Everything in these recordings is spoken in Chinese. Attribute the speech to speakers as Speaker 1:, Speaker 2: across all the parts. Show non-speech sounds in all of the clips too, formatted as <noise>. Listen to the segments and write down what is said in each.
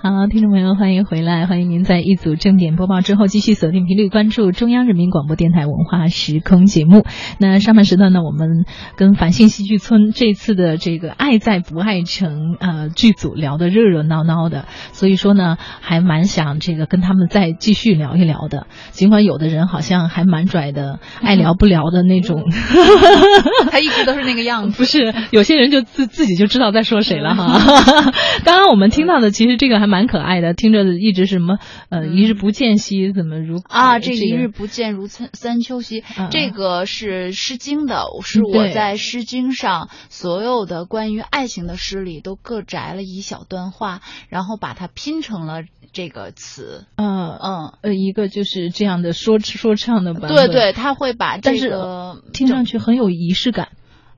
Speaker 1: 好，听众朋友，欢迎回来，欢迎您在一组正点播报之后继续锁定频率，关注中央人民广播电台文化时空节目。那上半时段呢，我们跟繁星戏剧村这次的这个《爱在不爱城》呃剧组聊得热热闹闹的，所以说呢，还蛮想这个跟他们再继续聊一聊的。尽管有的人好像还蛮拽的，爱聊不聊的那种， <laughs>
Speaker 2: 他一直都是那个样子。
Speaker 1: 不是，有些人就自自己就知道在说谁了哈。 <laughs> 刚刚我们听到的，其实这个还蛮可爱的，听着一直是什么呃，一日不见兮，怎么如
Speaker 2: 啊，这个一日不见如三三秋兮，
Speaker 1: 嗯
Speaker 2: 这个是《诗经》的，是我
Speaker 1: 对
Speaker 2: 在《诗经》上所有的关于爱情的诗里都各摘了一小段话，然后把它拼成了这个词。
Speaker 1: 呃
Speaker 2: 嗯，
Speaker 1: 呃，一个就是这样的说说唱的版本，
Speaker 2: 对，对，他会把
Speaker 1: 但
Speaker 2: 这
Speaker 1: 是
Speaker 2: 个
Speaker 1: 听上去很有仪式感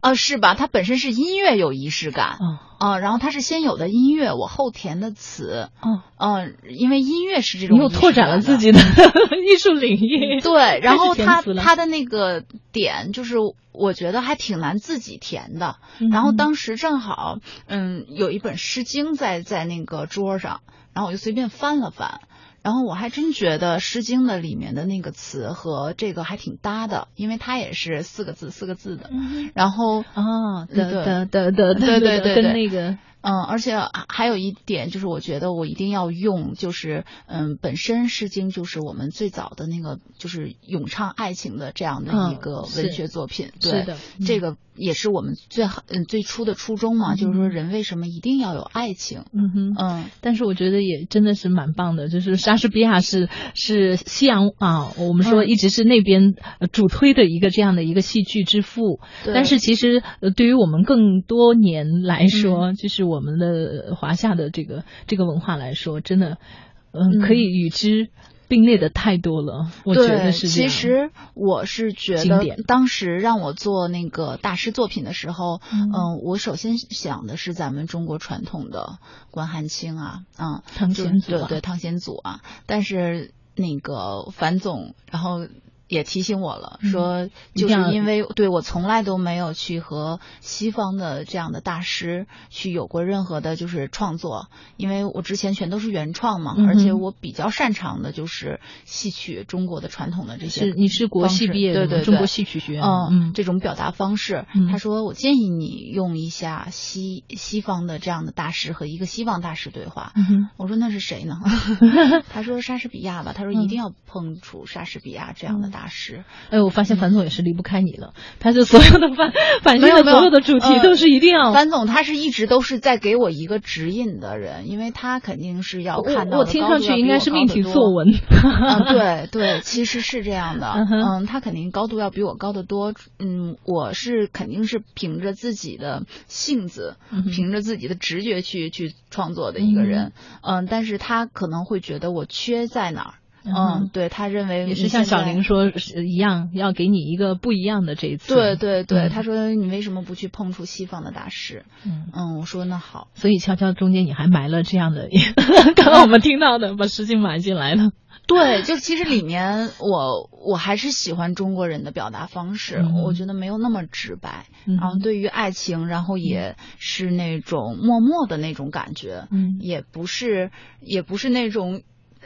Speaker 2: 啊，是吧？它本身是音乐有仪式感
Speaker 1: 啊
Speaker 2: 啊，然后它是先有的音乐，我后填的词，
Speaker 1: 啊！
Speaker 2: 嗯，因为音乐是这
Speaker 1: 你
Speaker 2: 种
Speaker 1: 又
Speaker 2: 仪式
Speaker 1: 拓展
Speaker 2: 感
Speaker 1: 了
Speaker 2: 的
Speaker 1: 自己的 <laughs> 艺术领 <laughs> 域，
Speaker 2: 对，然后
Speaker 1: 填
Speaker 2: 他
Speaker 1: 词了
Speaker 2: 他的那个点就是，我觉得还挺难自己填的。
Speaker 1: 嗯
Speaker 2: 然后当时正好，嗯，有一本《诗经在》在那个桌上，然后我就随便翻了翻，然后我还真觉得《诗经》的里面的那个词和这个还挺搭的，因为它也是四个字四个字的。
Speaker 1: 嗯
Speaker 2: 然后，
Speaker 1: 啊
Speaker 2: 对
Speaker 1: 的的的的
Speaker 2: 对对对
Speaker 1: 跟
Speaker 2: 对
Speaker 1: 那个
Speaker 2: 嗯，而且还还有一点就是，我觉得我一定要用，就是嗯，本身《诗经》就是我们最早的那个，就是咏唱爱情的这样的一
Speaker 1: 嗯
Speaker 2: 个
Speaker 1: 是
Speaker 2: 文学作品。对，
Speaker 1: 是的嗯
Speaker 2: 这个也是我们最好嗯最初的初衷嘛，就是说人为什么一定要有爱情？
Speaker 1: 嗯哼。
Speaker 2: 嗯，
Speaker 1: 但是我觉得也真的是蛮棒的，就是莎士比亚是是西洋啊，我们说
Speaker 2: 嗯
Speaker 1: 一直是那边呃主推的一个这样的一个戏剧之父。
Speaker 2: 对
Speaker 1: 但是其实呃，对于我们更多年来
Speaker 2: 嗯
Speaker 1: 说，就是我们的呃华夏的这个这个文化来说，真的，嗯，
Speaker 2: 嗯
Speaker 1: 可以与之并列的太多了。我觉得
Speaker 2: 对
Speaker 1: 是这
Speaker 2: 其
Speaker 1: 样。
Speaker 2: 实我是觉
Speaker 1: 经
Speaker 2: 得
Speaker 1: 典
Speaker 2: 当时让我做那个大师作品的时候，
Speaker 1: 嗯
Speaker 2: 嗯、我首先想的是咱们中国传统的关汉卿啊，嗯，
Speaker 1: 唐
Speaker 2: 就
Speaker 1: 显祖啊
Speaker 2: 对对，汤显祖啊。但是那个樊总，然后也提醒我了，
Speaker 1: 嗯
Speaker 2: 说
Speaker 1: 一定
Speaker 2: 就
Speaker 1: 要
Speaker 2: 是因为对我从来都没有去和西方的这样的大师去有过任何的就是创作，因为我之前全都是原创嘛，
Speaker 1: 嗯哼
Speaker 2: 而且我比较擅长的就是戏曲中国的传统的这些
Speaker 1: 是你是国戏
Speaker 2: 方式
Speaker 1: 毕业的
Speaker 2: 对
Speaker 1: 吗，
Speaker 2: 对对
Speaker 1: 中国戏曲学院的。
Speaker 2: 嗯，这种表达方式。
Speaker 1: 嗯
Speaker 2: 他说，我建议你用一下西西方的这样的大师和一个西方大师对话。
Speaker 1: 嗯哼
Speaker 2: 我说那是谁
Speaker 1: <laughs>
Speaker 2: 呢？他说莎士比亚吧。他说
Speaker 1: 嗯
Speaker 2: 一定要碰触莎士比亚这样的大师。
Speaker 1: 哎，我发现樊总也是离不开你了，他是所有的反反
Speaker 2: <laughs> 没
Speaker 1: 星
Speaker 2: 有
Speaker 1: 的
Speaker 2: 没有
Speaker 1: 所有的主题
Speaker 2: 呃
Speaker 1: 都是一定要。
Speaker 2: 樊总他是一直都是在给我一个指引的人，因为他肯定是要看
Speaker 1: 我
Speaker 2: 到
Speaker 1: 我
Speaker 2: 的
Speaker 1: 听
Speaker 2: 高
Speaker 1: 上
Speaker 2: 度
Speaker 1: 去
Speaker 2: 要
Speaker 1: 应
Speaker 2: 比
Speaker 1: 该
Speaker 2: 我
Speaker 1: 是
Speaker 2: 高
Speaker 1: 命
Speaker 2: 得
Speaker 1: 题
Speaker 2: 多
Speaker 1: 作文。
Speaker 2: 啊，对
Speaker 1: <laughs>
Speaker 2: 对，其实是这样的，
Speaker 1: 嗯哼
Speaker 2: 嗯，他肯定高度要比我高得多，嗯，我是肯定是凭着自己的性子，
Speaker 1: 嗯哼
Speaker 2: 凭着自己的直觉去去创作的一个人，嗯，但是他可能会觉得我缺在哪儿，
Speaker 1: 嗯
Speaker 2: 嗯，
Speaker 1: 哼
Speaker 2: 对他认为
Speaker 1: 也是
Speaker 2: 你
Speaker 1: 像
Speaker 2: 现
Speaker 1: 小
Speaker 2: 在
Speaker 1: 玲说是呃一样，要给你一个不一样的这一次。
Speaker 2: 对对对，
Speaker 1: 嗯
Speaker 2: 他说你为什么不去碰触西方的大师？
Speaker 1: 嗯，
Speaker 2: 嗯，我说那好，
Speaker 1: 所以悄悄中间你还埋了这样的， <laughs> 刚刚我们听到的，把诗情埋进来了。
Speaker 2: 对，就其实里面我我还是喜欢中国人的表达方式，
Speaker 1: 嗯
Speaker 2: 我觉得没有那么直白，
Speaker 1: 嗯
Speaker 2: 然后对于爱情，然后也是那种默默的那种感觉，
Speaker 1: 嗯
Speaker 2: 也不是也不是那种。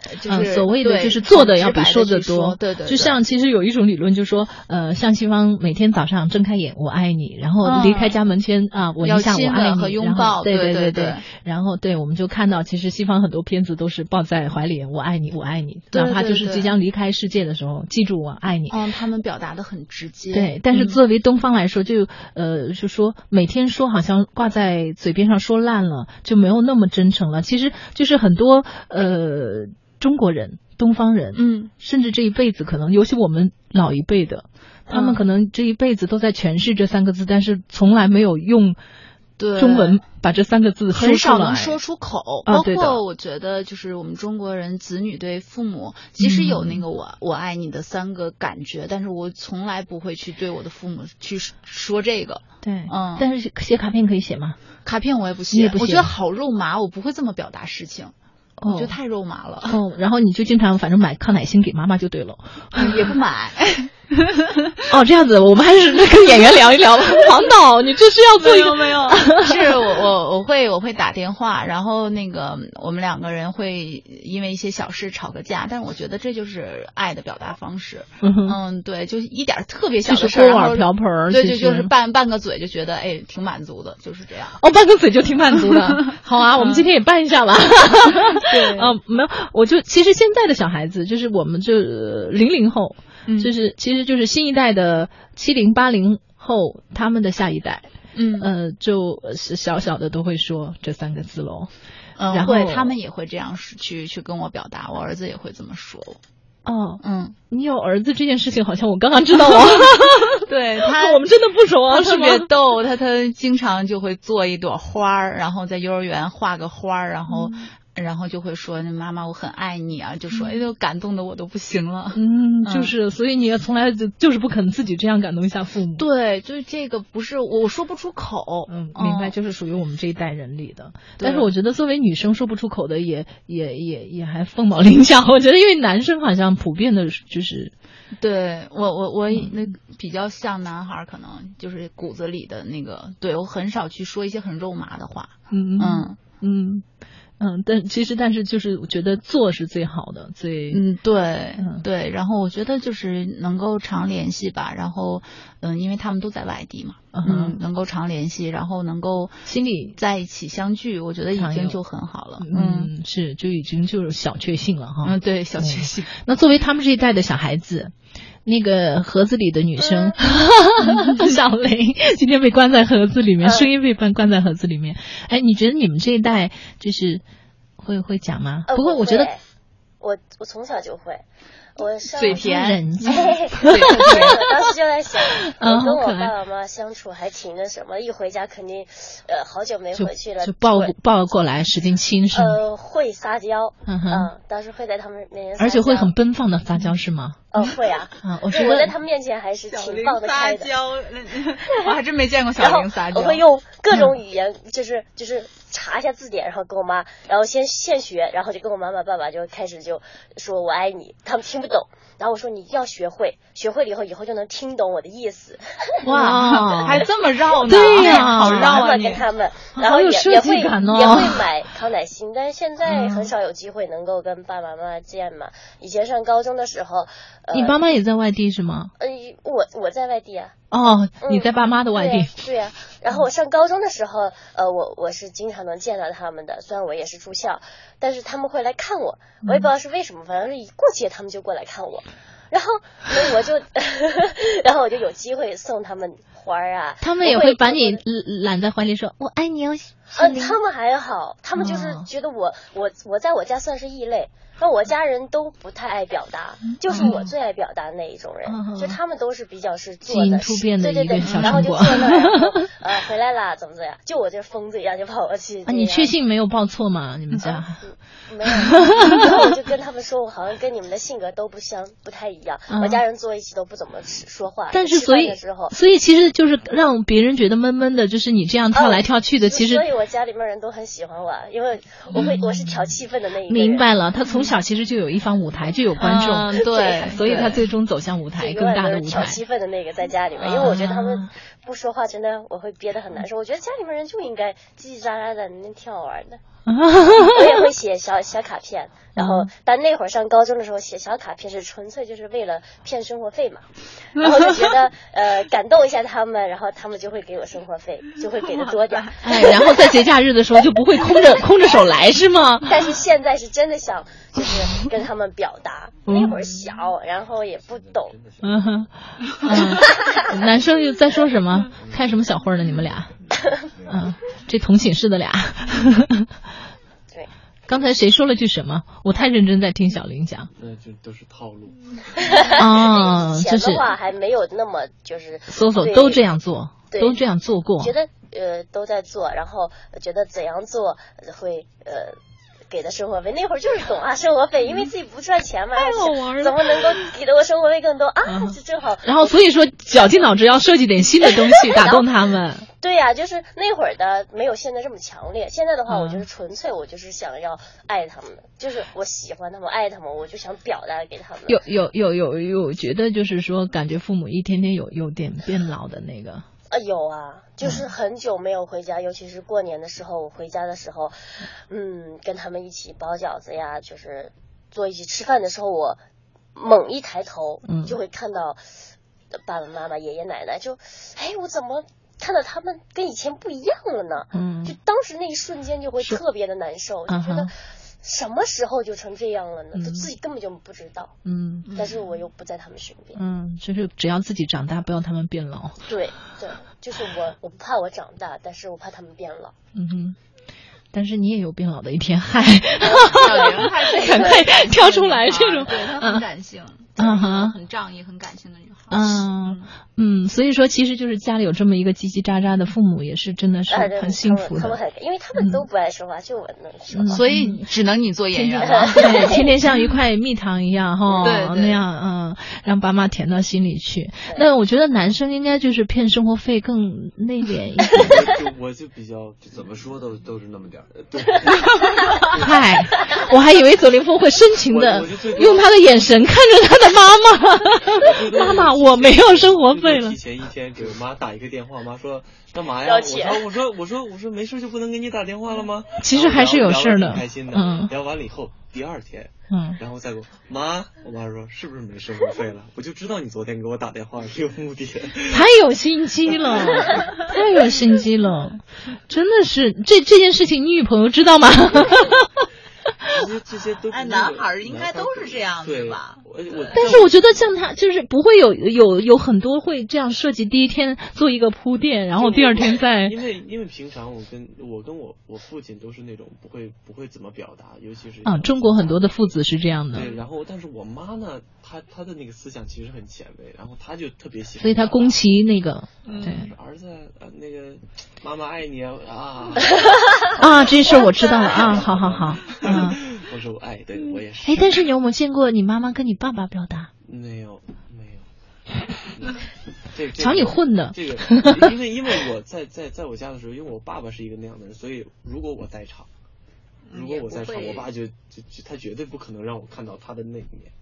Speaker 2: 呃就
Speaker 1: 嗯，
Speaker 2: 是、
Speaker 1: 所谓的
Speaker 2: 对
Speaker 1: 就是做的要比
Speaker 2: 很直白
Speaker 1: 说
Speaker 2: 地
Speaker 1: 的
Speaker 2: 去说
Speaker 1: 多，
Speaker 2: 对对
Speaker 1: 就
Speaker 2: 对
Speaker 1: 像其实有一种理论，就说呃，像西方每天早上睁开眼我爱你，然后
Speaker 2: 嗯
Speaker 1: 离开家门前啊，我
Speaker 2: 要
Speaker 1: 一下我
Speaker 2: 亲吻
Speaker 1: 爱你
Speaker 2: 和拥
Speaker 1: 然后
Speaker 2: 抱
Speaker 1: 对对
Speaker 2: 对
Speaker 1: 对
Speaker 2: 对对，
Speaker 1: 然后对我们就看到，其实西方很多片子都是抱在怀里我爱你我爱你，
Speaker 2: 对
Speaker 1: 哪怕
Speaker 2: 对
Speaker 1: 就是
Speaker 2: 对
Speaker 1: 即将离开世界的时候，记住我爱你。
Speaker 2: 嗯，他们表达的很直接，
Speaker 1: 对，但是
Speaker 2: 嗯
Speaker 1: 作为东方来说，就呃，就说每天说好像挂在嘴边上说烂了，就没有那么真诚了。其实就是很多呃中国人、东方人，
Speaker 2: 嗯
Speaker 1: 甚至这一辈子可能，尤其我们老一辈的，他们
Speaker 2: 嗯
Speaker 1: 可能这一辈子都在诠释这三个字，但是从来没有用
Speaker 2: 对
Speaker 1: 中文把这三个字说出来
Speaker 2: 很少能说出口。
Speaker 1: 啊
Speaker 2: 包
Speaker 1: 对的
Speaker 2: 括我觉得，就是我们中国人子女对父母，即使嗯有那个我、我爱你的三个感觉，但是我从来不会去对我的父母去说说这个。
Speaker 1: 对，
Speaker 2: 嗯
Speaker 1: 但是写卡片可以写吗？
Speaker 2: 卡片我也不
Speaker 1: 你
Speaker 2: 写，
Speaker 1: 也不
Speaker 2: 我
Speaker 1: 写
Speaker 2: 觉得好肉麻，我不会这么表达事情，我觉
Speaker 1: 哦
Speaker 2: 得 <laughs> 太肉麻了，
Speaker 1: 哦，然后你就经常反正买康乃馨给妈妈就对了。
Speaker 2: <laughs> 也不买。
Speaker 1: 哦，这样子，我们还是跟演员聊一聊吧。黄导，你这是要做一个
Speaker 2: 没有？是我我我会我会打电话，然后那个我们两个人会因为一些小事吵个架，但是我觉得这就是爱的表达方式。
Speaker 1: 嗯哼
Speaker 2: 嗯，对，就是一点儿特别小
Speaker 1: 就
Speaker 2: 的
Speaker 1: 是
Speaker 2: 事
Speaker 1: 锅
Speaker 2: 儿，然
Speaker 1: 碗
Speaker 2: 后
Speaker 1: 瓢盆儿，
Speaker 2: 对，
Speaker 1: 其
Speaker 2: 就就
Speaker 1: 实
Speaker 2: 是拌拌个嘴就觉得哎挺满足的，就是这样。
Speaker 1: <laughs> 哦，拌个嘴就挺满足
Speaker 2: <laughs>
Speaker 1: 的。好啊，我们今天也拌一下吧。
Speaker 2: 嗯
Speaker 1: <laughs>
Speaker 2: 对
Speaker 1: 啊，没有，我就其实现在的小孩子，就是我们就零零后，
Speaker 2: 嗯
Speaker 1: 就是其实就是新一代的七零八零后，他们的下一代，
Speaker 2: 嗯
Speaker 1: 呃，就是小小的都会说这三个字喽。然
Speaker 2: 嗯，
Speaker 1: 后
Speaker 2: 会，他们也会这样说去去跟我表达，我儿子也会这么说。
Speaker 1: 哦，
Speaker 2: 嗯，
Speaker 1: 你有儿子这件事情，好像我刚刚知 <laughs> 道哦。，
Speaker 2: <laughs> <laughs> 对他
Speaker 1: 我们真的不熟啊，
Speaker 2: 他
Speaker 1: 是
Speaker 2: 特
Speaker 1: 吗？
Speaker 2: 别逗，他他经常就会做一朵花儿，然后在幼儿园画个花儿，然后、然后就会说妈妈我很爱你啊，就说哎呦感动的我都不行了。
Speaker 1: 嗯，就
Speaker 2: 嗯
Speaker 1: 是，所以你也从来就就是不肯自己这样感动一下父母。
Speaker 2: 对，就是这个不是我我说不出口，
Speaker 1: 嗯，明白，
Speaker 2: 嗯
Speaker 1: 就是属于我们这一代人里的。
Speaker 2: 对
Speaker 1: 但是我觉得作为女生说不出口的也，也也也还凤毛麟角。我觉得，因为男生好像普遍的就是，
Speaker 2: 对我我我
Speaker 1: 嗯
Speaker 2: 那比较像男孩儿，可能就是骨子里的那个，对我很少去说一些很肉麻的话。
Speaker 1: 嗯嗯
Speaker 2: 嗯
Speaker 1: 嗯嗯，但其实但是就是我觉得做是最好的，最
Speaker 2: 嗯，对
Speaker 1: 嗯
Speaker 2: 对，然后我觉得就是能够常联系吧，然后嗯，因为他们都在外地嘛，
Speaker 1: 嗯
Speaker 2: 嗯，能够常联系，然后能够
Speaker 1: 心里
Speaker 2: 在一起相聚，我觉得已
Speaker 1: 常有
Speaker 2: 经就很好了。嗯
Speaker 1: 嗯是就已经就是小确幸了哈。
Speaker 2: 嗯，对，小
Speaker 1: <laughs>
Speaker 2: 确幸。
Speaker 1: 那作为他们这一代的小孩子，那个盒子里的女生， <laughs> 小雷今天被关在盒子里面，
Speaker 2: 嗯
Speaker 1: 声音被关关在盒子里面。哎，你觉得你们这一代就是会会讲吗？
Speaker 3: 呃
Speaker 1: 不过
Speaker 3: 我
Speaker 1: 我觉得
Speaker 3: 会我我从小就会，我上
Speaker 2: 嘴甜
Speaker 1: 人家
Speaker 3: 嘿对 <laughs> 我当时就在想，
Speaker 1: <laughs> 嗯
Speaker 3: 我跟我
Speaker 1: 好可爱
Speaker 3: 爸爸妈妈相处还挺那什么，一回家肯定呃好久没
Speaker 1: 就
Speaker 3: 回去了，
Speaker 1: 就抱
Speaker 3: 会
Speaker 1: 抱过来使劲亲是吗？
Speaker 3: 呃会撒娇，
Speaker 1: 嗯哼，
Speaker 3: 嗯，当时会在他们面前撒娇，
Speaker 1: 而且会很奔放的撒娇是吗？
Speaker 3: 呃会啊，
Speaker 1: 啊，我觉
Speaker 3: 我在
Speaker 1: 得
Speaker 3: 他们面前还是挺放得开的。
Speaker 2: 娇，我还真没见过
Speaker 3: 然
Speaker 2: 小
Speaker 3: 后
Speaker 2: 玲撒娇。
Speaker 3: 我会用各种语言，就是就是查一下字典，然后跟我妈，然后先现学，然后就跟我妈妈、爸爸就开始就说我爱你，他们听不懂，然后我说你一定要学会，学会了以后，以后就能听懂我的意思。
Speaker 2: <laughs>
Speaker 1: 哇，
Speaker 2: 还这么绕呢？
Speaker 1: 对哎呀
Speaker 2: 好绕
Speaker 3: 然
Speaker 2: 啊
Speaker 3: 后
Speaker 2: 你
Speaker 3: 跟！他们，
Speaker 1: 好
Speaker 3: 然后也
Speaker 1: 有设
Speaker 3: 也
Speaker 1: 计
Speaker 3: 会也
Speaker 1: 感哦
Speaker 3: 会买康乃馨，但是现在
Speaker 1: 嗯
Speaker 3: 很少有机会能够跟爸爸妈妈见嘛。以前上高中的时候，呃
Speaker 1: 你爸妈也在外地是吗？
Speaker 3: 嗯，我我在外地啊，
Speaker 1: 哦，你
Speaker 3: 嗯
Speaker 1: 在爸妈的外
Speaker 3: 对
Speaker 1: 地
Speaker 3: 呀，对呀、然后我上高中的时候，呃，我我是经常能见到他们的，虽然我也是住校，但是他们会来看我，我也不知道是为什么，反正是一过节他们就过来看我。然后，所以我就， <laughs> 然后我就有机会送他们花儿啊。
Speaker 1: 他们也
Speaker 3: 我
Speaker 1: 会
Speaker 3: 会
Speaker 1: 把你揽在怀里说我爱你哦。
Speaker 3: 呃，他们还好，他们就是
Speaker 1: 哦
Speaker 3: 觉得我、我我在我家算是异类，但我家人都不太爱表达，就是我最爱表达那一种人，
Speaker 1: 嗯
Speaker 3: 就他们都是比较是
Speaker 1: 基
Speaker 3: 做
Speaker 1: 因
Speaker 3: 的，
Speaker 1: 突变的
Speaker 3: 对对
Speaker 1: 一个
Speaker 3: 对
Speaker 1: 小，
Speaker 3: 然后
Speaker 1: 成
Speaker 3: 就
Speaker 1: 果
Speaker 3: 坐那儿，然
Speaker 1: <laughs>
Speaker 3: 后呃，回来啦，怎么怎么样，就我这疯子一样就跑过去这样，
Speaker 1: 啊，你确信没有报错吗？你们家？
Speaker 3: 嗯没有？然后我就跟他们说，我好像跟你们的性格都不相不太一样，
Speaker 1: 嗯
Speaker 3: 我家人坐一起都不怎么说话，
Speaker 1: <laughs> 但
Speaker 3: 就是吃
Speaker 1: 所
Speaker 3: 饭
Speaker 1: 以
Speaker 3: 的时候，。
Speaker 1: 所以其实就是让别人觉得闷闷的，就是你这样跳来跳去的，
Speaker 3: 哦就
Speaker 1: 其实嗯
Speaker 3: 所以我家里面人都很喜欢我，啊因为我会、我是调气氛的那一个人。嗯
Speaker 1: 明白了。他从小其实就有一方舞台，就有观众，
Speaker 2: 嗯对
Speaker 1: 所以他
Speaker 2: 对
Speaker 1: 最终走向舞
Speaker 3: 对，
Speaker 1: 台，
Speaker 3: 永
Speaker 1: 更
Speaker 3: 远
Speaker 1: 大的
Speaker 3: 都是
Speaker 1: 舞
Speaker 3: 调
Speaker 1: 台。
Speaker 3: 戏氛的那个在家里面，因为我觉得他们
Speaker 1: 啊
Speaker 3: 不说话，真的我会憋得很难受。我觉得家里面人就应该叽叽喳喳的那挺好玩
Speaker 1: <laughs>
Speaker 3: 的。我也会写小小卡片，然
Speaker 1: 嗯
Speaker 3: 后但那会儿上高中的时候写小卡片是纯粹就是为了骗生活费嘛，然后就觉
Speaker 1: <laughs>
Speaker 3: 得呃感动一下他们，然后他们就会给我生活费，就会给的多点儿。
Speaker 1: <laughs> 哎，然后在节假日的时候就不会空着空着手来是吗？
Speaker 3: 但是现在是真的想，就是跟他们表
Speaker 1: <laughs>
Speaker 3: 达。
Speaker 1: 嗯
Speaker 3: 那会儿小，然后也不懂，
Speaker 1: 嗯哼，嗯男生又在说什么？看什么小会儿呢？你们俩？嗯，这同寝室的俩。
Speaker 3: 对，
Speaker 1: 刚才谁说了句什么？我太认真在听小林
Speaker 3: <laughs>
Speaker 1: 讲。
Speaker 4: 那就都是套路。
Speaker 1: 哦，
Speaker 3: 以
Speaker 1: 就
Speaker 3: 前
Speaker 1: 是
Speaker 3: 的话还没有那么就是
Speaker 1: 搜搜
Speaker 3: 对
Speaker 1: 都这样做，
Speaker 3: 对
Speaker 1: 都这样做过。
Speaker 3: 觉得呃都在做，然后觉得怎样做呃会呃给的生活费。那会儿就是懂啊，生活费，因为自己不赚钱嘛，
Speaker 1: 好玩了
Speaker 3: 怎么能够给的我生活费更多啊
Speaker 1: 嗯？
Speaker 3: 这正好。 <laughs>
Speaker 1: 然后所以说绞尽脑汁要设计点新的东西打动他们。
Speaker 3: 对呀、就是那会儿的没有现在这么强烈。现在的话，我就是纯粹我就是想要爱他们，就是我喜欢他们，爱他们，我就想表达给他们。
Speaker 1: 有有有有有，觉得就是说，感觉父母一天天有有点变老的那个，
Speaker 3: 啊，有啊，
Speaker 1: 嗯
Speaker 3: 就是很久没有回家，尤其是过年的时候，我回家的时候，嗯，跟他们一起包饺子呀，就是坐一起吃饭的时候，我猛一抬头，
Speaker 1: 嗯
Speaker 3: 就会看到爸爸妈妈、爷爷奶奶，就，哎，我怎么看到他们跟以前不一样了呢？
Speaker 1: 嗯
Speaker 3: 就当时那一瞬间就会
Speaker 1: 是
Speaker 3: 特别的难受，就
Speaker 1: 啊
Speaker 3: 觉得
Speaker 1: 哈
Speaker 3: 什么时候就成这样了呢？
Speaker 1: 嗯
Speaker 3: 就自己根本就不知道，
Speaker 1: 嗯
Speaker 3: 但是我又不在他们身边。
Speaker 1: 嗯，就是只要自己长大，不要他们变老。
Speaker 3: 对对，就是我，我不怕我长大，但是我怕他们变老。
Speaker 1: 嗯哼，但是你也有变老的一天，
Speaker 3: <laughs>
Speaker 1: 嗨， <laughs>
Speaker 2: 小玲还是一个
Speaker 1: 赶快跳出来
Speaker 2: 女孩儿
Speaker 1: 这种
Speaker 2: 对她
Speaker 1: 啊
Speaker 2: 很感性，
Speaker 1: 啊哈
Speaker 2: 很仗义、很感性的女孩儿。
Speaker 3: 哦
Speaker 1: 嗯嗯，所以说其实就是家里有这么一个叽叽喳喳的父母，也是真的是
Speaker 3: 啊，对，
Speaker 1: 很幸福
Speaker 3: 他们他们
Speaker 1: 的。
Speaker 3: 很，因为他们都不爱说话，就我能说
Speaker 1: 嗯。
Speaker 2: 所以只能你做演
Speaker 1: 天天啊
Speaker 2: 员了。
Speaker 3: <laughs>
Speaker 1: 对，天天像一块蜜糖一样哈，
Speaker 2: 对对
Speaker 1: 那样嗯，让爸妈甜到心里去。那我觉得男生应该就是骗生活费更内敛一点，
Speaker 3: <laughs>
Speaker 4: 我就我就
Speaker 2: <laughs>
Speaker 4: 比较就怎么说都都是那么点儿，呃对，
Speaker 1: 嗨，我还以为左凌峰会深情的
Speaker 4: 我我就最多
Speaker 1: 用他的眼神看着他的妈 <laughs> 妈，
Speaker 4: 我
Speaker 1: 妈妈，我没有生活费
Speaker 4: 就
Speaker 1: 了
Speaker 4: 提。前一天给我妈打一个电话，妈说干嘛呀？
Speaker 3: 要
Speaker 4: 我
Speaker 3: 钱
Speaker 4: 说我说我说我说没事就不能给你打电话了吗？
Speaker 1: 其实还是有事儿的
Speaker 4: 然后聊得挺开心的。
Speaker 1: 嗯
Speaker 4: 聊完了以后，第二天，
Speaker 1: 嗯，
Speaker 4: 然后再给我妈，我妈说是不是没生活费了？我就知道你昨天给我打电话是有
Speaker 2: <laughs>
Speaker 4: 目的。
Speaker 1: 太有心机了，太有心机了，真的是这这件事情，你女朋友知道
Speaker 2: <laughs>
Speaker 1: 吗？
Speaker 4: 这些这些都
Speaker 2: 哎
Speaker 4: 是
Speaker 2: 男
Speaker 4: 那个
Speaker 2: 孩儿应该都是这样
Speaker 4: 对
Speaker 2: 子吧？
Speaker 4: 我我
Speaker 1: 但是我觉得像他就是不会有有有很多会这样设计，第一天做一个铺垫，然后第二天再
Speaker 4: 因为因为平常我跟我跟我我父亲都是那种不会不会怎么表达，尤其是
Speaker 1: 啊，中国很多的父子是这样的，
Speaker 4: 对，然后但是我妈呢，她她的那个思想其实很前卫，然后她就特别喜欢，
Speaker 1: 所以他宫崎那个对
Speaker 4: 嗯，儿子呃那个妈妈爱你啊啊，
Speaker 1: <laughs> 啊，这事儿我知
Speaker 2: <laughs>
Speaker 1: 道了啊，好好好，嗯。
Speaker 4: 我说我爱，对我也是，
Speaker 1: 哎，但是你有没有见过你妈妈跟你爸爸表达？
Speaker 4: 没有没有，
Speaker 1: <laughs>
Speaker 4: 这这
Speaker 1: 瞧你混的
Speaker 4: 这个，因为因为我在在在我家的时候，因为我爸爸是一个那样的人，所以如果我在场，如果我在场，
Speaker 2: 也不会
Speaker 4: 我爸就就就他绝对不可能让我看到他的那一面。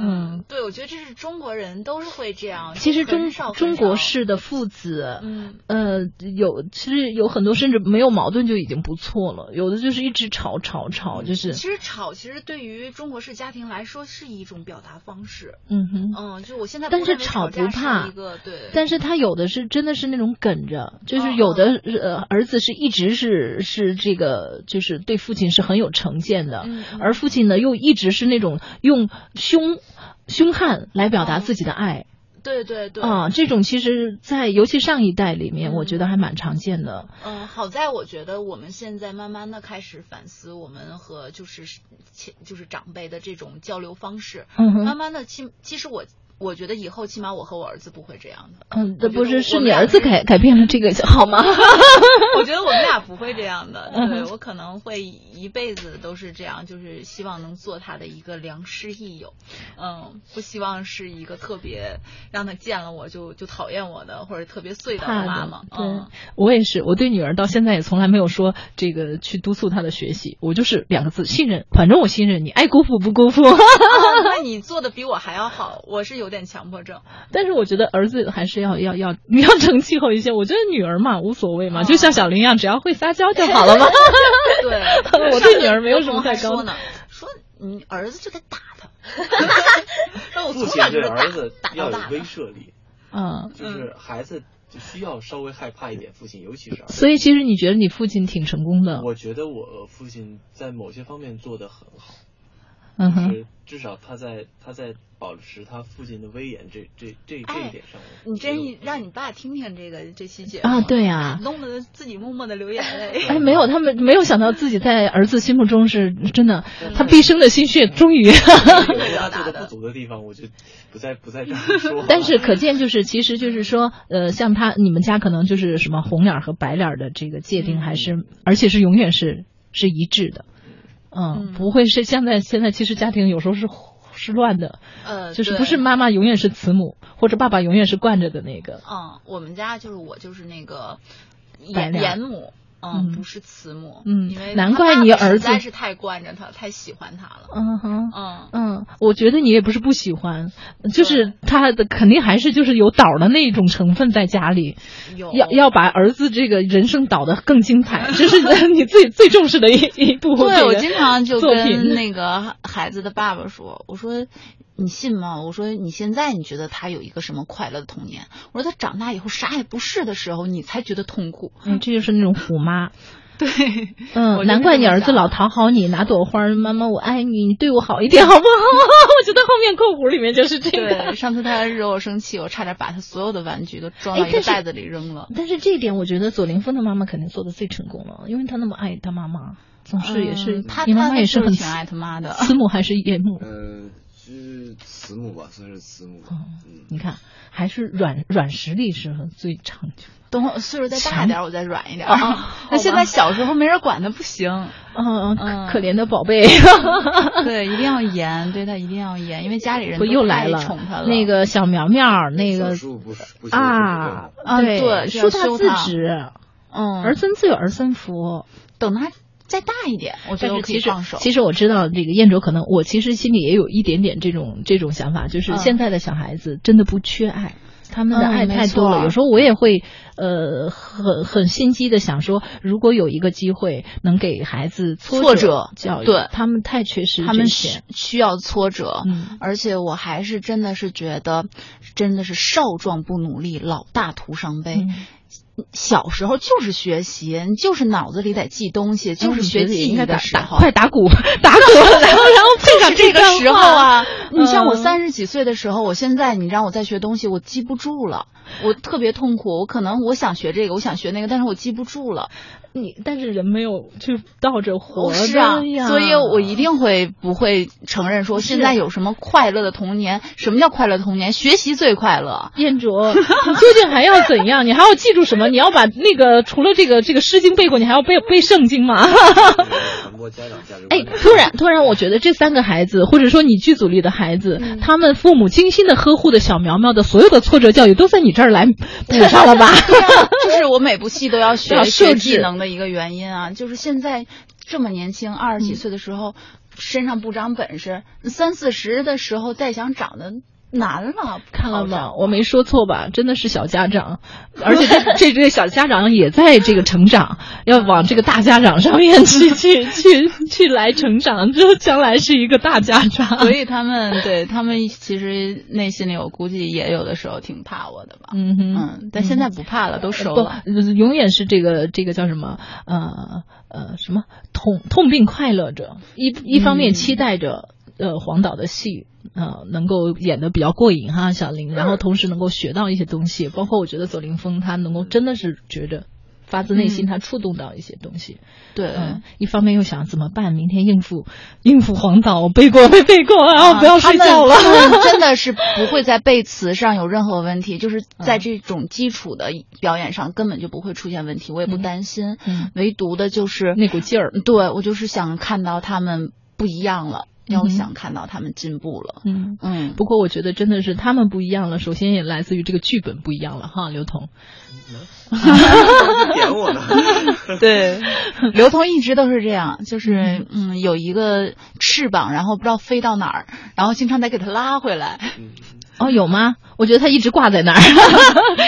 Speaker 1: 嗯，
Speaker 2: 对，我觉得这是中国人都是会这样。
Speaker 1: 其实中
Speaker 2: 很少
Speaker 1: 中国，
Speaker 2: 很少
Speaker 1: 式的父子，
Speaker 2: 嗯，
Speaker 1: 呃，有其实有很多甚至没有矛盾就已经不错了，有的就是一直吵吵吵，就是
Speaker 2: 其实吵，其实对于中国式家庭来说是一种表达方式。
Speaker 1: 嗯哼。
Speaker 2: 嗯，就我现在不
Speaker 1: 但是
Speaker 2: 认为
Speaker 1: 吵
Speaker 2: 吵
Speaker 1: 不
Speaker 2: 架是
Speaker 1: 怕
Speaker 2: 一个对，
Speaker 1: 但是他有的是真的是那种梗着，就是有的
Speaker 2: 哦
Speaker 1: 呃儿子是一直是是这个就是对父亲是很有成见的，
Speaker 2: 嗯嗯
Speaker 1: 而父亲呢又一直是那种用凶凶悍来表达自己的爱，
Speaker 2: 对对对，
Speaker 1: 啊，这种其实在，尤其上一代里面，
Speaker 2: 嗯
Speaker 1: 我觉得还蛮常见的。
Speaker 2: 嗯，好在我觉得我们现在慢慢的开始反思我们和就是前就是长辈的这种交流方式，
Speaker 1: 嗯哼，
Speaker 2: 慢慢的其其实我我觉得以后起码我和我儿子不会这样的， <laughs>
Speaker 1: 嗯，
Speaker 2: 觉得
Speaker 1: 不是，
Speaker 2: 我
Speaker 1: 是
Speaker 2: 们
Speaker 1: 你
Speaker 2: 俩
Speaker 1: 儿子
Speaker 2: 是
Speaker 1: 改改变了这个好吗？
Speaker 2: 我觉得我们俩不会这
Speaker 1: <laughs>
Speaker 2: 样的，
Speaker 1: 嗯
Speaker 2: 对我可能会一辈子都是这样，就是希望能做他的一个良师益友，嗯，不希望是一个特别让他见了我就就讨厌我的或者特别碎的
Speaker 1: 怕
Speaker 2: 妈
Speaker 1: 的
Speaker 2: 妈，，
Speaker 1: 对
Speaker 2: 嗯。
Speaker 1: 我也是，我对女儿到现在也从来没有说这个去督促她的学习，我就是两个字信任，反正我信任你，爱辜负不辜负。
Speaker 2: 哦 <laughs> 那你做的比我还要好，我是有点强迫
Speaker 1: <laughs>
Speaker 2: 症。
Speaker 1: 但是我觉得儿子还是要要要你要成气候一些，我觉得女儿嘛无所谓嘛，就像小林一样，只要会撒娇就好了嘛。，
Speaker 2: 对
Speaker 1: 我对女儿没有什么太高 <laughs>
Speaker 2: 说呢，说你儿子就得打他。 <laughs> 那我
Speaker 4: 父
Speaker 2: 从
Speaker 4: 亲
Speaker 2: 小就
Speaker 4: 对
Speaker 2: 是打
Speaker 4: 儿子
Speaker 2: 打
Speaker 4: 要
Speaker 2: 到
Speaker 4: 有
Speaker 2: 大的
Speaker 4: 威。慑力，
Speaker 1: 嗯，
Speaker 4: 就是孩子就需要稍微害怕一点父亲，尤其是儿子。
Speaker 1: 所以其实你觉得你父亲挺成功的，
Speaker 4: 我觉得我父亲在某些方面做得很好，
Speaker 1: 嗯
Speaker 4: 就
Speaker 1: 哼。
Speaker 4: 是至少他在他在保持他父亲的威严这这这这
Speaker 2: 哎
Speaker 4: 一点上，
Speaker 2: 你真
Speaker 4: 一
Speaker 2: 一让你爸听听这个这期节目
Speaker 1: 啊，对呀、
Speaker 2: 弄得自己默默的流眼泪。
Speaker 1: <laughs> 哎，没有，他们没有想到自己在儿子心目中是真的，他毕生的心血终于。
Speaker 4: 他做的不足的地方，我就不再不再这样说了。
Speaker 1: <laughs> 但是可见就是，其实就是说，呃，像他你们家可能就是什么红脸儿和白脸儿的这个界定还是，而且是永远是是一致的，嗯，
Speaker 2: 嗯
Speaker 1: 不会是现在现在其实家庭有时候是是乱的，
Speaker 2: 呃，
Speaker 1: <laughs> 就是
Speaker 2: 对
Speaker 1: 不是妈妈永远是慈母，或者爸爸永远是惯着的那个。
Speaker 2: 嗯，我们家就是我就是那个
Speaker 1: 白
Speaker 2: 严
Speaker 1: 脸
Speaker 2: 严母，嗯，
Speaker 1: 嗯
Speaker 2: 不是慈母，
Speaker 1: 嗯
Speaker 2: 因为
Speaker 1: 难
Speaker 2: 他
Speaker 1: 怪
Speaker 2: 爸
Speaker 1: 你
Speaker 2: 爸
Speaker 1: 儿
Speaker 2: 实在
Speaker 1: 子
Speaker 2: 是太惯着他，太喜欢他了，
Speaker 1: 嗯哼。
Speaker 2: 嗯，
Speaker 1: 嗯，我觉得你也不是不喜欢，就是他的肯定还是就是有倒的那种成分在家里，
Speaker 2: 嗯有
Speaker 1: <laughs> 要要把儿子这个人生倒得更精彩，这是你最最重视的一一部这个作品。
Speaker 2: 对我经常就跟那个孩子的爸爸说，我说你信吗？我说你现在你觉得他有一个什么快乐的童年？我说他长大以后啥也不是的时候，你才觉得痛苦。
Speaker 1: 嗯，这就是那种虎妈。
Speaker 2: <laughs> 对，我
Speaker 1: 嗯，
Speaker 2: 就
Speaker 1: 难怪
Speaker 2: 这么
Speaker 1: 你儿子
Speaker 2: 想
Speaker 1: 老讨好你，拿朵花儿，妈妈我爱你，你对我好一点好不好？ <laughs> 我觉得后面括弧里面就是这个
Speaker 2: <laughs> 对，。上次他惹我生气，我差点把他所有的玩具都装
Speaker 1: 哎
Speaker 2: 到一个
Speaker 1: 但是
Speaker 2: 袋子里扔了。
Speaker 1: 但是这一点，我觉得左凌峰的妈妈肯定做的最成功了，因为她那么爱她妈妈，总是也是，
Speaker 2: 嗯他
Speaker 1: 你妈
Speaker 2: 他
Speaker 1: 妈也
Speaker 2: 就是
Speaker 1: 很
Speaker 2: 挺爱他妈 <laughs> 的
Speaker 1: 慈母还是严母？
Speaker 5: 呃，就是慈母吧，算是慈母吧。
Speaker 1: 哦
Speaker 5: 嗯，
Speaker 1: 你看，还是软软实力是最长久。
Speaker 2: 等我岁数再大
Speaker 1: 强
Speaker 2: 点儿，我再软一点儿。 <laughs>
Speaker 1: 啊
Speaker 2: 啊
Speaker 1: 好
Speaker 2: 那现
Speaker 1: 吧
Speaker 2: 在小时候没人管他不 <laughs> 行，
Speaker 1: 嗯，可
Speaker 2: 嗯
Speaker 1: 可怜的宝贝。
Speaker 2: 对，一定要严，对他一定要严，因为家里
Speaker 1: <laughs>
Speaker 2: 人
Speaker 1: 不
Speaker 2: 都
Speaker 1: 又来
Speaker 2: 太
Speaker 1: 了
Speaker 2: 宠他了。
Speaker 1: 那个小苗苗，那个
Speaker 5: 小树不是不修
Speaker 1: 啊
Speaker 5: 不
Speaker 2: 啊对是
Speaker 1: 树
Speaker 2: 要
Speaker 1: 大
Speaker 2: 修
Speaker 1: 自
Speaker 2: 它
Speaker 1: 止，
Speaker 2: 嗯，
Speaker 1: 儿孙自有儿孙福。
Speaker 2: 等他再大一点，我觉
Speaker 1: 但
Speaker 2: 得
Speaker 1: 是
Speaker 2: 我可以
Speaker 1: 其实
Speaker 2: 放手。
Speaker 1: 其实我知道这个燕卓可能，我其实心里也有一点点这种这种想法，就是
Speaker 2: 嗯
Speaker 1: 现在的小孩子真的不缺爱。他们的
Speaker 2: 嗯
Speaker 1: 爱
Speaker 2: 没
Speaker 1: 太多了，
Speaker 2: 错
Speaker 1: 有时候我也会，呃，很很心机的想说，如果有一个机会能给孩子折
Speaker 2: 挫折
Speaker 1: 教育，
Speaker 2: 对
Speaker 1: 他们太缺失
Speaker 2: 他们
Speaker 1: 这
Speaker 2: 需
Speaker 1: 些，
Speaker 2: 需要挫折，
Speaker 1: 嗯
Speaker 2: 而且我还是真的是觉得，真的是少壮不努力，老大徒伤悲。 <laughs>
Speaker 1: 嗯
Speaker 2: 小时候就是学习，你就是脑子里得记东西，
Speaker 1: 哎
Speaker 2: 就是学
Speaker 1: 自己
Speaker 2: 记
Speaker 1: 应
Speaker 2: 忆
Speaker 1: 该打
Speaker 2: 的时
Speaker 1: 打
Speaker 2: 候。
Speaker 1: 快打鼓，打鼓，然后然后配上
Speaker 2: 就是这个
Speaker 1: 段
Speaker 2: 时候
Speaker 1: 话，
Speaker 2: 啊，你像我
Speaker 1: 嗯
Speaker 2: 三十几岁的时候，我现在你让我再学东西，我记不住了，我特别痛苦。我可能我想学这个，我想学那个，但是我记不住了。
Speaker 1: 你但是人没有去倒着活
Speaker 2: 我
Speaker 1: 着
Speaker 2: 是啊，
Speaker 1: 呀，
Speaker 2: 所以我一定会不会承认说现在有什么快乐的童年？什么叫快乐童年？学习最快乐。
Speaker 1: 燕 <laughs> 卓，你究竟还要怎样？你还要记住什么？你要把那个除了这个这个《诗经》背过，你还要背背圣经吗？
Speaker 5: 修不修传播家长价值观
Speaker 1: 哎，
Speaker 5: 的。
Speaker 1: 突然突然，我觉得这三个孩子，或者说你剧组里的孩子，他们父母精心的呵护的小苗苗的所有的挫折教育，都在你这儿 <laughs> 来补上了吧？ <laughs>
Speaker 2: 就是我每部戏都要
Speaker 1: 要
Speaker 2: 学
Speaker 1: 设
Speaker 2: 学
Speaker 1: 置
Speaker 2: 技能的一个原因啊，就是现在这么年轻，二
Speaker 1: 嗯
Speaker 2: 十几岁的时候、身上不长本事，三四十的时候再想长得难了。
Speaker 1: 看了
Speaker 2: 不好长
Speaker 1: 吗？我没说错吧？真的是小家长，而且这这这个小家长也在这个成长，要往这个大家长上面 <laughs> 去去去去来成长，这将来是一个大家长。
Speaker 2: <laughs> 所以他们对他们其实内心里，我估计也有的时候挺怕我的吧。
Speaker 1: 嗯哼，
Speaker 2: 嗯，但现在不怕了，都熟
Speaker 1: 不呃
Speaker 2: 了。，
Speaker 1: 永远是这个这个叫什么呃呃什么痛痛并快乐着，一一方
Speaker 2: 嗯
Speaker 1: 面期待着、呃黄导的戏。呃，能够演的比较过瘾哈，小林，然后同时能够学到一些东西，包括我觉得左凌峰他能够真的是觉着发自内心，
Speaker 2: 嗯
Speaker 1: 他触动到一些东西。
Speaker 2: 对，
Speaker 1: 嗯，一方面又想怎么办，明天应付应付黄导，我背过没背过，然哦后不要睡觉了。
Speaker 2: 啊
Speaker 1: <laughs>
Speaker 2: 他们他们真的是不会在背词上有任何问题，就是
Speaker 1: 嗯
Speaker 2: 在这种基础的表演上根本就不会出现问题，我也不担心。
Speaker 1: 嗯
Speaker 2: 唯独的就是
Speaker 1: 那股劲儿，
Speaker 2: 对我就是想看到他们不一样了，让我
Speaker 1: 嗯哼
Speaker 2: 想看到他们进步了。
Speaker 1: 嗯， <laughs>
Speaker 2: 嗯，
Speaker 1: 不过我觉得真的是他们不一样了，首先也来自于这个剧本不一样了哈，刘同。
Speaker 5: 点我
Speaker 1: <laughs>
Speaker 5: 呢？
Speaker 2: 对，刘同一直都是这样，就是嗯，有一个翅膀，然后不知道飞到哪儿，然后经常得给他拉回来。
Speaker 5: 嗯
Speaker 1: 哦，有吗？我觉得他一直挂在 <laughs> 那儿，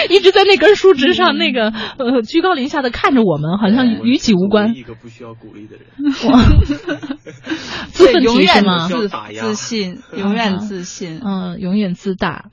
Speaker 1: 一直在那根树枝上，那个呃居高临下的看着我们，好像与己无
Speaker 5: 我
Speaker 1: 关
Speaker 5: 是。一个不需要鼓励的人。
Speaker 1: <laughs> 自奋
Speaker 2: 永
Speaker 1: 题是
Speaker 2: 远
Speaker 1: 吗？
Speaker 2: 自
Speaker 5: 要打压
Speaker 2: 自信，永远自信。
Speaker 1: <laughs>
Speaker 2: <laughs>
Speaker 1: 嗯，永远自 <laughs> 大。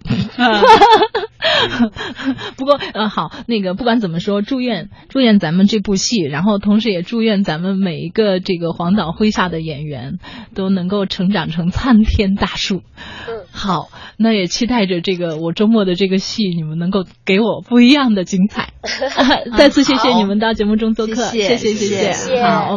Speaker 1: 不过，呃，好，那个不管怎么说，祝愿祝愿咱们这部戏，然后同时也祝愿咱们每一个这个黄导麾下的演员都能够成长成参天大树。
Speaker 3: 嗯
Speaker 1: 好，那也期待着这个我周末的这个戏，你们能够给我 <laughs> 不一样的精彩。再次谢谢你们到节目中做客，
Speaker 2: 谢
Speaker 1: 谢
Speaker 2: 谢谢
Speaker 1: 谢
Speaker 2: 谢
Speaker 3: 谢谢
Speaker 1: 好，我们。